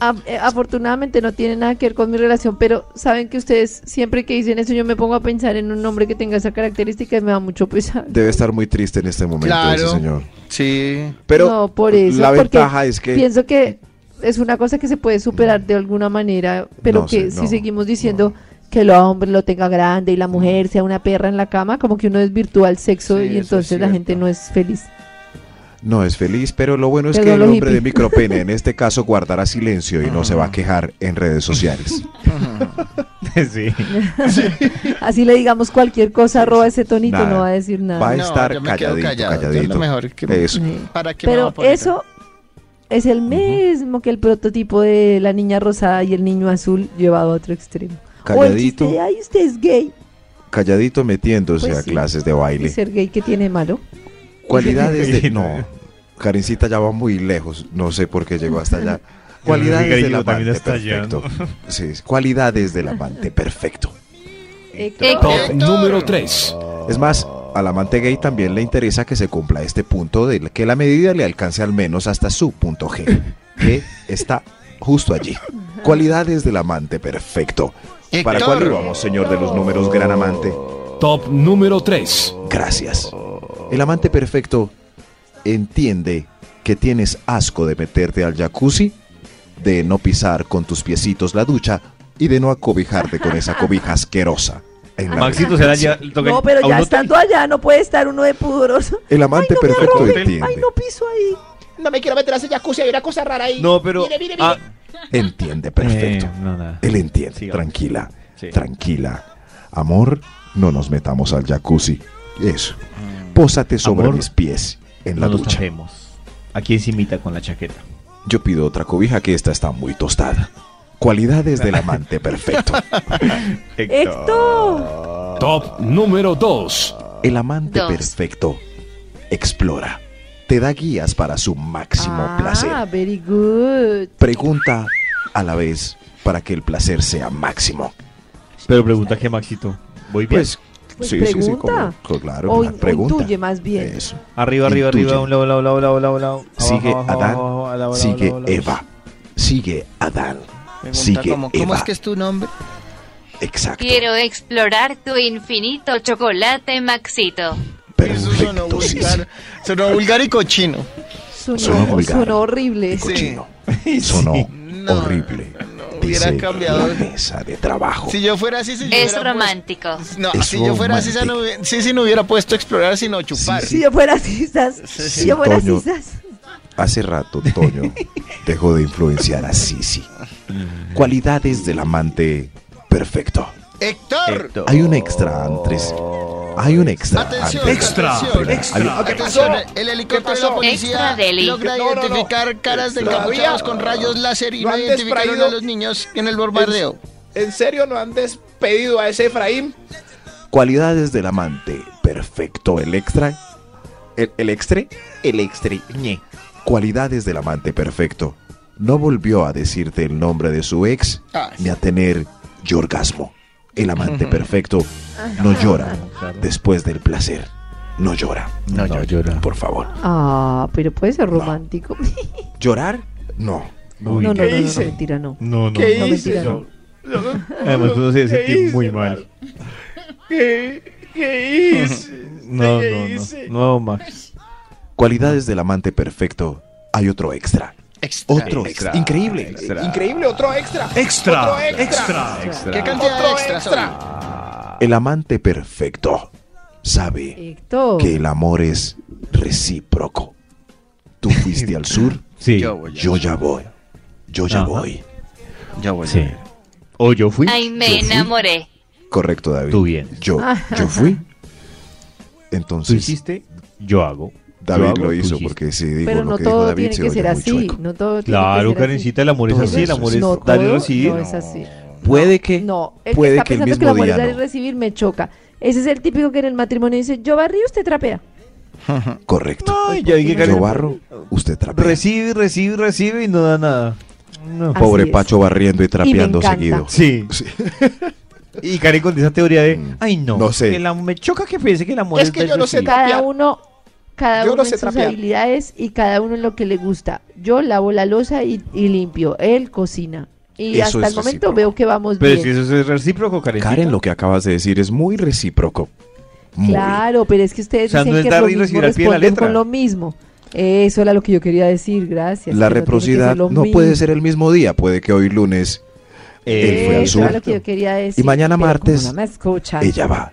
Speaker 7: A- eh, afortunadamente no tiene nada que ver con mi relación, pero saben que ustedes siempre que dicen eso yo me pongo a pensar en un hombre que tenga esa característica y me da mucho pesar.
Speaker 5: Debe estar muy triste en este momento ese
Speaker 4: Claro.
Speaker 5: señor.
Speaker 11: Sí.
Speaker 5: Pero
Speaker 7: no, por eso,
Speaker 5: la
Speaker 7: porque
Speaker 5: ventaja es que
Speaker 7: pienso que es una cosa que se puede superar de alguna manera, pero
Speaker 5: No
Speaker 7: que
Speaker 5: sé,
Speaker 7: si
Speaker 5: no, Mm.
Speaker 7: seguimos diciendo que el hombre lo tenga grande y la mujer sea una perra en la cama, como que uno desvirtúa el sexo
Speaker 11: Sí,
Speaker 7: y
Speaker 11: eso es
Speaker 7: entonces la
Speaker 11: cierto.
Speaker 7: gente no es feliz.
Speaker 5: No es feliz, pero lo bueno es
Speaker 7: Perdón,
Speaker 5: que el
Speaker 7: los
Speaker 5: hombre de
Speaker 7: hippies.
Speaker 5: micropene en
Speaker 7: (laughs)
Speaker 5: este caso guardará silencio y no se
Speaker 7: Ah.
Speaker 5: va a quejar en redes sociales.
Speaker 3: (laughs)
Speaker 7: (laughs)
Speaker 3: sí.
Speaker 7: Así le digamos cualquier cosa, arroba ese tonito,
Speaker 5: Nada.
Speaker 7: no va a decir nada.
Speaker 5: Va a
Speaker 11: No,
Speaker 5: estar
Speaker 11: yo me quedo
Speaker 5: calladito,
Speaker 11: callado, yo
Speaker 5: calladito.
Speaker 11: lo mejor que-
Speaker 5: Eso.
Speaker 7: Sí.
Speaker 11: ¿Para qué me voy
Speaker 7: Pero
Speaker 11: a poner
Speaker 7: eso es el mismo que el prototipo de la niña rosada y el niño azul llevado a otro extremo. O el chiste
Speaker 5: Calladito,
Speaker 7: de, ay, usted es gay.
Speaker 5: calladito metiéndose
Speaker 7: Pues
Speaker 5: a
Speaker 7: sí.
Speaker 5: clases de
Speaker 7: ¿Y
Speaker 5: baile.
Speaker 7: ser gay que tiene de malo?
Speaker 3: (laughs) (laughs)
Speaker 5: Cualidades de... No, Karencita ya va muy lejos. No sé por qué llegó hasta allá. Cualidades del
Speaker 3: Grillo también
Speaker 5: amante,
Speaker 3: está
Speaker 5: perfecto. Sí, cualidades del
Speaker 3: (laughs)
Speaker 5: amante, perfecto.
Speaker 9: Top número 3.
Speaker 5: Es más, al amante gay también le interesa que se cumpla este punto de que la medida le alcance al menos hasta su punto G, que está justo allí. Cualidades del amante perfecto. ¿Para
Speaker 9: Héctor.
Speaker 5: cuál íbamos, señor de los números, gran amante?
Speaker 9: Top número 3.
Speaker 5: Gracias. El amante perfecto entiende que tienes asco de meterte al jacuzzi, de no pisar con tus piecitos la ducha y de no acobijarte con esa cobija asquerosa. en la
Speaker 3: Maxito
Speaker 5: regadera.
Speaker 3: será ya. le toca
Speaker 7: No, pero
Speaker 3: a
Speaker 7: ya
Speaker 3: uno-
Speaker 7: estando allá no puede estar uno de pudoroso.
Speaker 5: El amante perfecto
Speaker 7: roben,
Speaker 5: entiende.
Speaker 7: Ay, no piso ahí.
Speaker 10: No me quiero meter a ese jacuzzi, hay una cosa rara ahí.
Speaker 3: No, pero.
Speaker 10: Mire, mire, mire.
Speaker 3: ah, eh,
Speaker 5: Entiende perfecto. Él entiende. tranquila. Tranquila. Amor, no nos metamos al jacuzzi. Eso. Pósate sobre
Speaker 3: Mm. Amor,
Speaker 5: mis pies en la
Speaker 3: no nos
Speaker 5: ducha.
Speaker 3: tapemos. ¿A quién se imita con la chaqueta?
Speaker 5: Yo pido otra cobija que esta está muy tostada. Cualidades del amante perfecto.
Speaker 3: (laughs)
Speaker 9: Top número 2.
Speaker 5: El amante
Speaker 9: Dos.
Speaker 5: perfecto explora. Te da guías para su máximo placer.
Speaker 7: Ah, very good.
Speaker 5: Pregunta a la vez para que el placer sea máximo.
Speaker 3: Pero pregunta que Maxito. Voy bien.
Speaker 5: Pues,
Speaker 7: Pues
Speaker 5: sí, sí, sí,
Speaker 7: pregunta.
Speaker 5: como- co- claro,
Speaker 7: o,
Speaker 5: la
Speaker 7: in- o
Speaker 5: pregunta.
Speaker 7: intuye más bien.
Speaker 3: Arriba, arriba,
Speaker 5: Intuye.
Speaker 3: arriba, un lado, lado, lado, lado, lado, lado.
Speaker 5: Sigue
Speaker 3: Abajo, abajo,
Speaker 5: Adán,
Speaker 3: abajo, a la- a la- a
Speaker 5: sigue
Speaker 3: la- a la-
Speaker 5: Eva, sigue Adán, sigue
Speaker 4: como,
Speaker 5: Eva.
Speaker 4: ¿Cómo es que es tu nombre?
Speaker 5: Exacto.
Speaker 6: Quiero explorar tu infinito chocolate, Maxito.
Speaker 4: Eso suena vulgar. Suena vulgar y cochino.
Speaker 7: Sonó,
Speaker 5: Sonó vulgar.
Speaker 7: sonó horrible. (laughs)
Speaker 5: Sonó horrible.
Speaker 4: hubiera
Speaker 5: dice
Speaker 4: cambiado.
Speaker 5: La mesa de trabajo.
Speaker 4: Si yo fuera así, si yo
Speaker 6: Es
Speaker 4: hubiera
Speaker 6: romántico.
Speaker 4: puesto- No,
Speaker 5: Es
Speaker 4: si yo fuera así,
Speaker 5: romántico.
Speaker 4: no hubiera, sí, sí, no hubiera puesto explorar, sino chupar.
Speaker 7: Si yo fuera cisas, si yo fuera
Speaker 5: Toño.
Speaker 7: cisas.
Speaker 5: Hace rato
Speaker 4: (laughs)
Speaker 5: Toño dejó de influenciar a Sisi.
Speaker 4: Mm.
Speaker 5: Cualidades del amante perfecto.
Speaker 4: Héctor.
Speaker 5: Hay un extra antes. Hay un extra
Speaker 4: Atención,
Speaker 5: antes.
Speaker 4: Extra,
Speaker 5: Espera,
Speaker 4: extra.
Speaker 5: hay un- ah,
Speaker 4: Atención, el helicóptero de la
Speaker 6: Extra
Speaker 4: policía
Speaker 6: deli.
Speaker 4: logra
Speaker 6: No, no, no.
Speaker 4: identificar caras de
Speaker 8: Lo
Speaker 4: capuchados
Speaker 8: había-
Speaker 4: con rayos láser y
Speaker 8: lo
Speaker 4: no
Speaker 8: han
Speaker 4: identificaron
Speaker 8: distraído.
Speaker 4: a los niños en el bombardeo.
Speaker 8: ¿En serio no han despedido a ese Efraín?
Speaker 5: Cualidades del amante perfecto. El extra. El, el extre. El extre. ñe. Cualidades del amante perfecto. No volvió a decirte el nombre de su ex ni a tener yorgasmo. El amante perfecto no llora después del placer. No llora. No, llora. Por favor.
Speaker 7: Ah, pero puede ser romántico. (laughs)
Speaker 5: ¿Llorar? No.
Speaker 7: No, no, no, no, no, mentira, no.
Speaker 3: No, no.
Speaker 7: no, mentira, no.
Speaker 3: Además, uno se
Speaker 8: ¿Qué
Speaker 3: siente
Speaker 8: hice,
Speaker 3: muy mal.
Speaker 8: ¿Qué, qué hice?
Speaker 3: No,
Speaker 8: ¿Qué
Speaker 3: no, no.
Speaker 8: hice?
Speaker 3: No, Max.
Speaker 5: Cualidades del amante perfecto. Hay otro extra. Otro
Speaker 3: Extra,
Speaker 5: extra. (laughs) Increíble.
Speaker 3: extra.
Speaker 8: Increíble, otro extra.
Speaker 5: Extra,
Speaker 8: Otro extra.
Speaker 3: extra.
Speaker 4: ¿Qué cantidad
Speaker 8: Otro
Speaker 4: de extras?
Speaker 8: extra.
Speaker 4: son?
Speaker 5: El amante perfecto sabe
Speaker 7: Héctor.
Speaker 5: que el amor es recíproco. Tú fuiste al
Speaker 3: (laughs)
Speaker 5: sur,
Speaker 3: Sí.
Speaker 11: Yo voy.
Speaker 5: yo ya voy. Yo ya
Speaker 3: Ajá.
Speaker 5: voy.
Speaker 11: Ya voy.
Speaker 3: Sí. O yo fui.
Speaker 6: Ay, me enamoré.
Speaker 5: Correcto, David.
Speaker 3: Tú vienes.
Speaker 7: (laughs)
Speaker 5: Yo, yo fui.
Speaker 3: Tú
Speaker 5: Entonces,
Speaker 3: hiciste, yo hago.
Speaker 5: David
Speaker 3: Yo hago,
Speaker 5: lo
Speaker 3: tú
Speaker 5: hizo
Speaker 3: hiciste.
Speaker 5: porque si digo
Speaker 7: Pero
Speaker 5: lo
Speaker 7: no
Speaker 5: que dijo
Speaker 7: todo
Speaker 5: David
Speaker 7: tiene
Speaker 5: se
Speaker 7: que
Speaker 5: oye
Speaker 7: ser
Speaker 5: muy
Speaker 7: así.
Speaker 5: chueco.
Speaker 7: No todo tiene que
Speaker 3: Claro,
Speaker 7: ser así.
Speaker 3: Karencita, el amor es así, el
Speaker 7: Entonces,
Speaker 3: amor es
Speaker 7: no
Speaker 3: dar y
Speaker 7: todo
Speaker 3: recibir.
Speaker 7: No es así.
Speaker 5: Puede que
Speaker 7: No, el
Speaker 5: Puede
Speaker 7: que está
Speaker 5: que el mismo
Speaker 7: pensando que, el amor
Speaker 5: día
Speaker 7: es dar y
Speaker 5: no.
Speaker 7: recibir me choca. Ese es el típico que en el matrimonio dice, yo barrí, usted trapea.
Speaker 5: correcto.
Speaker 3: Ay, ya dije,
Speaker 5: Yo
Speaker 3: Karen.
Speaker 5: barro, usted trapea.
Speaker 3: Recibe, recibe, recibe y no da nada. No.
Speaker 8: Ah.
Speaker 7: Así
Speaker 5: Pobre
Speaker 7: es.
Speaker 5: Pacho barriendo y trapeando
Speaker 7: encanta.
Speaker 5: seguido.
Speaker 3: Sí. Y Karen con esa teoría de, ay no,
Speaker 5: Mm. No sé.
Speaker 3: que el amor- me choca que piense que el amor
Speaker 8: Es
Speaker 3: es,
Speaker 8: que
Speaker 3: dar y
Speaker 8: yo no sé
Speaker 3: recibir.
Speaker 7: Cada
Speaker 8: Trapear.
Speaker 7: uno, cada
Speaker 8: Yo no
Speaker 7: uno
Speaker 8: sé
Speaker 7: en sus
Speaker 8: trapear.
Speaker 7: habilidades y cada uno en lo que le gusta. Yo lavo la losa y, y limpio, él cocina. Y
Speaker 5: Eso
Speaker 7: hasta
Speaker 5: es
Speaker 7: el momento
Speaker 5: recíproco.
Speaker 7: veo que vamos
Speaker 3: Pero
Speaker 7: bien.
Speaker 3: es que eso es recíproco, Karen.
Speaker 5: Karen, lo que acabas de decir es muy recíproco. Muy.
Speaker 7: Claro, pero es que ustedes
Speaker 3: O sea,
Speaker 7: dicen
Speaker 3: no es
Speaker 7: que
Speaker 3: dar
Speaker 7: lo
Speaker 3: y
Speaker 7: mismo
Speaker 3: recibir al pie de la
Speaker 7: responden
Speaker 3: letra.
Speaker 7: con lo mismo. Eso era lo que yo quería decir, gracias.
Speaker 5: La
Speaker 7: que no tiene que ser
Speaker 5: reciprocidad
Speaker 7: lo
Speaker 5: no, puede
Speaker 7: mismo.
Speaker 5: ser el mismo día, puede que hoy lunes
Speaker 3: Eh,
Speaker 5: él fue al
Speaker 7: Eso era
Speaker 5: sur,
Speaker 7: lo que yo quería decir.
Speaker 5: Y mañana
Speaker 7: pero
Speaker 5: martes,
Speaker 7: como no me escuchan.
Speaker 5: ella va.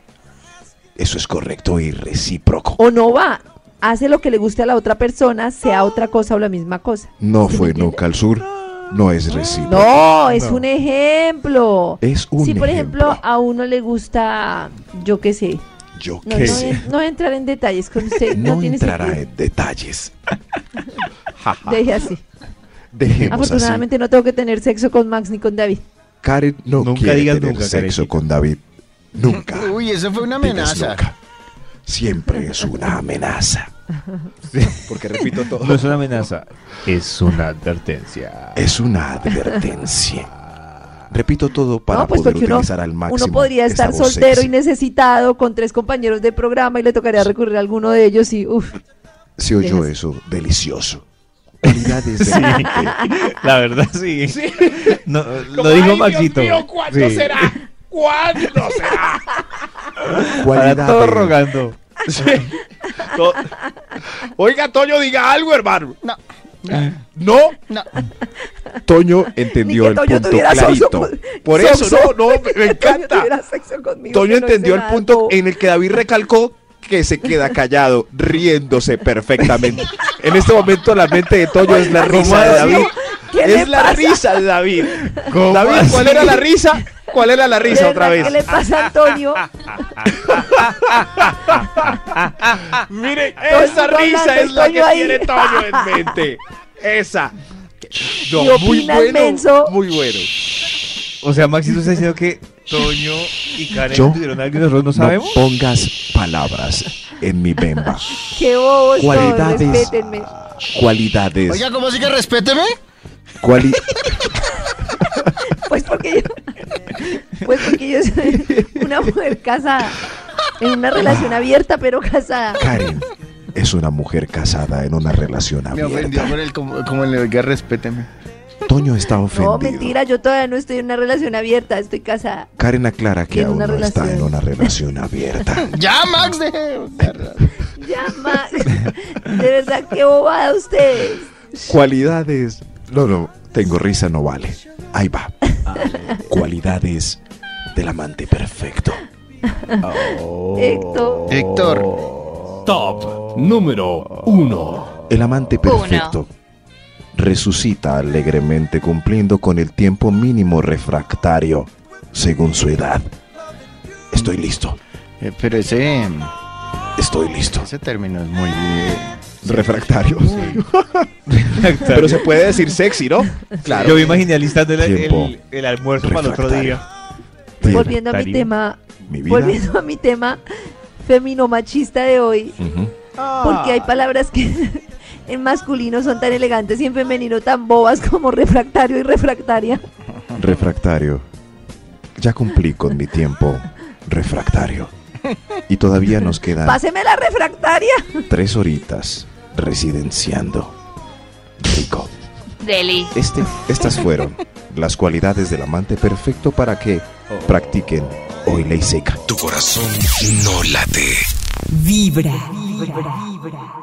Speaker 5: Eso es correcto y recíproco.
Speaker 7: O no va. Hace lo que le guste a la otra persona, sea otra cosa o la misma cosa.
Speaker 5: No fue nunca al sur, no es recíproco.
Speaker 7: No, es un ejemplo.
Speaker 5: Es un
Speaker 7: si por
Speaker 5: ejemplo.
Speaker 7: ejemplo a uno le gusta, yo qué sé,
Speaker 5: Yo
Speaker 7: no,
Speaker 5: qué
Speaker 7: no,
Speaker 5: sé.
Speaker 7: no entrar en detalles con usted,
Speaker 5: (laughs)
Speaker 7: no,
Speaker 5: No,
Speaker 7: tiene
Speaker 5: entrará
Speaker 7: sentido.
Speaker 5: en
Speaker 7: (laughs)
Speaker 5: detalles. Ja, ja.
Speaker 7: Deje así.
Speaker 5: Dejemos así.
Speaker 7: Afortunadamente no tengo que tener sexo con Max ni con David.
Speaker 5: Karen no
Speaker 3: Nunca
Speaker 5: quiere
Speaker 3: digas
Speaker 5: tener
Speaker 3: nunca,
Speaker 5: sexo con David. Nunca.
Speaker 4: Uy, eso fue una
Speaker 5: Digas
Speaker 4: amenaza.
Speaker 5: nunca. Siempre es una amenaza. Porque repito todo.
Speaker 3: No es una amenaza, es una advertencia.
Speaker 5: Es una
Speaker 7: (laughs)
Speaker 5: advertencia. Repito todo para
Speaker 7: no, pues
Speaker 5: poder
Speaker 7: porque uno,
Speaker 5: utilizar al máximo.
Speaker 7: uno podría
Speaker 5: esta
Speaker 7: estar
Speaker 5: voz
Speaker 7: soltero
Speaker 5: sexy.
Speaker 7: y necesitado con tres compañeros de programa y le tocaría recurrir a alguno de ellos y uff.
Speaker 5: Se oyó eso,
Speaker 7: (laughs)
Speaker 5: delicioso. Cualidades de
Speaker 3: Sí, (laughs) la verdad sí. No, lo dijo Maxito. Sí.
Speaker 8: ¿Cuándo (laughs) será?
Speaker 3: Para
Speaker 5: Cualidades.
Speaker 3: todo (laughs) rogando.
Speaker 8: To- Oiga, Toño, diga algo, hermano.
Speaker 4: No.
Speaker 8: No.
Speaker 5: Toño entendió el punto clarito.
Speaker 7: pues.
Speaker 8: Por eso, no,
Speaker 7: (laughs)
Speaker 8: no, me- me encanta.
Speaker 5: Toño entendió el punto en el que David recalcó que se queda callado, riéndose perfectamente. En este momento la mente de Toño es la risa de David.
Speaker 7: ¿Qué le
Speaker 5: Es la
Speaker 7: pasa?
Speaker 5: risa de
Speaker 7: (laughs)
Speaker 5: David.
Speaker 3: ¿Cómo
Speaker 5: David, ¿cuál
Speaker 3: así?
Speaker 5: era la risa? ¿Cuál era la
Speaker 7: ¿De
Speaker 5: risa otra
Speaker 7: verdad
Speaker 5: vez?
Speaker 7: ¿Qué le pasa a Antonio?
Speaker 8: Mire,
Speaker 7: Toño
Speaker 8: (laughs) esa
Speaker 7: hablando,
Speaker 8: risa es la
Speaker 7: Toño
Speaker 8: que
Speaker 7: ahí.
Speaker 8: tiene Toño
Speaker 7: (laughs)
Speaker 8: en mente. Esa. No,
Speaker 7: ¿Qué opina el menso?
Speaker 8: muy bueno.
Speaker 3: O sea, Maxito está diciendo que Toño y Karen
Speaker 5: Yo
Speaker 3: tuvieron algo y nosotros no
Speaker 5: No
Speaker 3: sabemos.
Speaker 5: pongas palabras en mi bemba.
Speaker 7: Qué bobos (laughs) todos,
Speaker 5: Cualidades.
Speaker 7: respétenme.
Speaker 5: Cualidades.
Speaker 4: Oiga, ¿cómo así que respéteme?
Speaker 5: Cuali-
Speaker 7: Pues porque
Speaker 8: (laughs)
Speaker 7: yo, pues porque yo soy una mujer casada, en una
Speaker 5: Ah.
Speaker 7: relación abierta pero casada.
Speaker 5: Karen es una mujer casada en una relación
Speaker 11: Me ofendió
Speaker 5: abierta.
Speaker 11: por el como, como en el que respéteme.
Speaker 5: Toño está
Speaker 7: No,
Speaker 5: ofendido.
Speaker 7: mentira, yo todavía no estoy en una relación abierta, estoy casada.
Speaker 5: Karen aclara que
Speaker 7: En
Speaker 5: aún
Speaker 7: una
Speaker 5: no está
Speaker 7: relación.
Speaker 5: en una relación
Speaker 7: (laughs)
Speaker 5: abierta.
Speaker 4: Ya, Max, deje.
Speaker 7: Ya, Max, (laughs) de verdad, qué bobada ustedes.
Speaker 5: Cualidades. No, no, tengo risa, no vale. Ahí va. Cualidades del amante perfecto.
Speaker 7: Héctor,
Speaker 11: Héctor,
Speaker 9: Top
Speaker 3: (laughs)
Speaker 9: número 1.
Speaker 5: El amante perfecto resucita alegremente cumpliendo con el tiempo mínimo refractario según su edad. Estoy listo,
Speaker 11: eh, pero ese,
Speaker 5: estoy listo.
Speaker 11: ese término es muy... eh,
Speaker 5: Refractario.
Speaker 3: Pero se-
Speaker 5: puede decir sexy, ¿no? Claro.
Speaker 3: Yo me imaginé alistando el,
Speaker 5: Tiempo
Speaker 3: el, el almuerzo para el otro día.
Speaker 5: Bien,
Speaker 7: volviendo a mi
Speaker 3: Darín.
Speaker 7: tema,
Speaker 5: mi vida.
Speaker 7: volviendo a mi tema feminomachista de hoy,
Speaker 5: Ujú.
Speaker 7: porque hay palabras que (laughs) en masculino son tan elegantes y en femenino tan bobas como refractario y refractaria.
Speaker 5: Refractario. Ya cumplí con mi tiempo refractario. Y todavía nos quedan
Speaker 7: Páseme la refractaria.
Speaker 5: tres horitas residenciando. Rico.
Speaker 6: Deli.
Speaker 5: Este, estas fueron las cualidades del amante perfecto para que practiquen hoy ley seca.
Speaker 12: Tu corazón no late.
Speaker 2: Vibra. Vibra.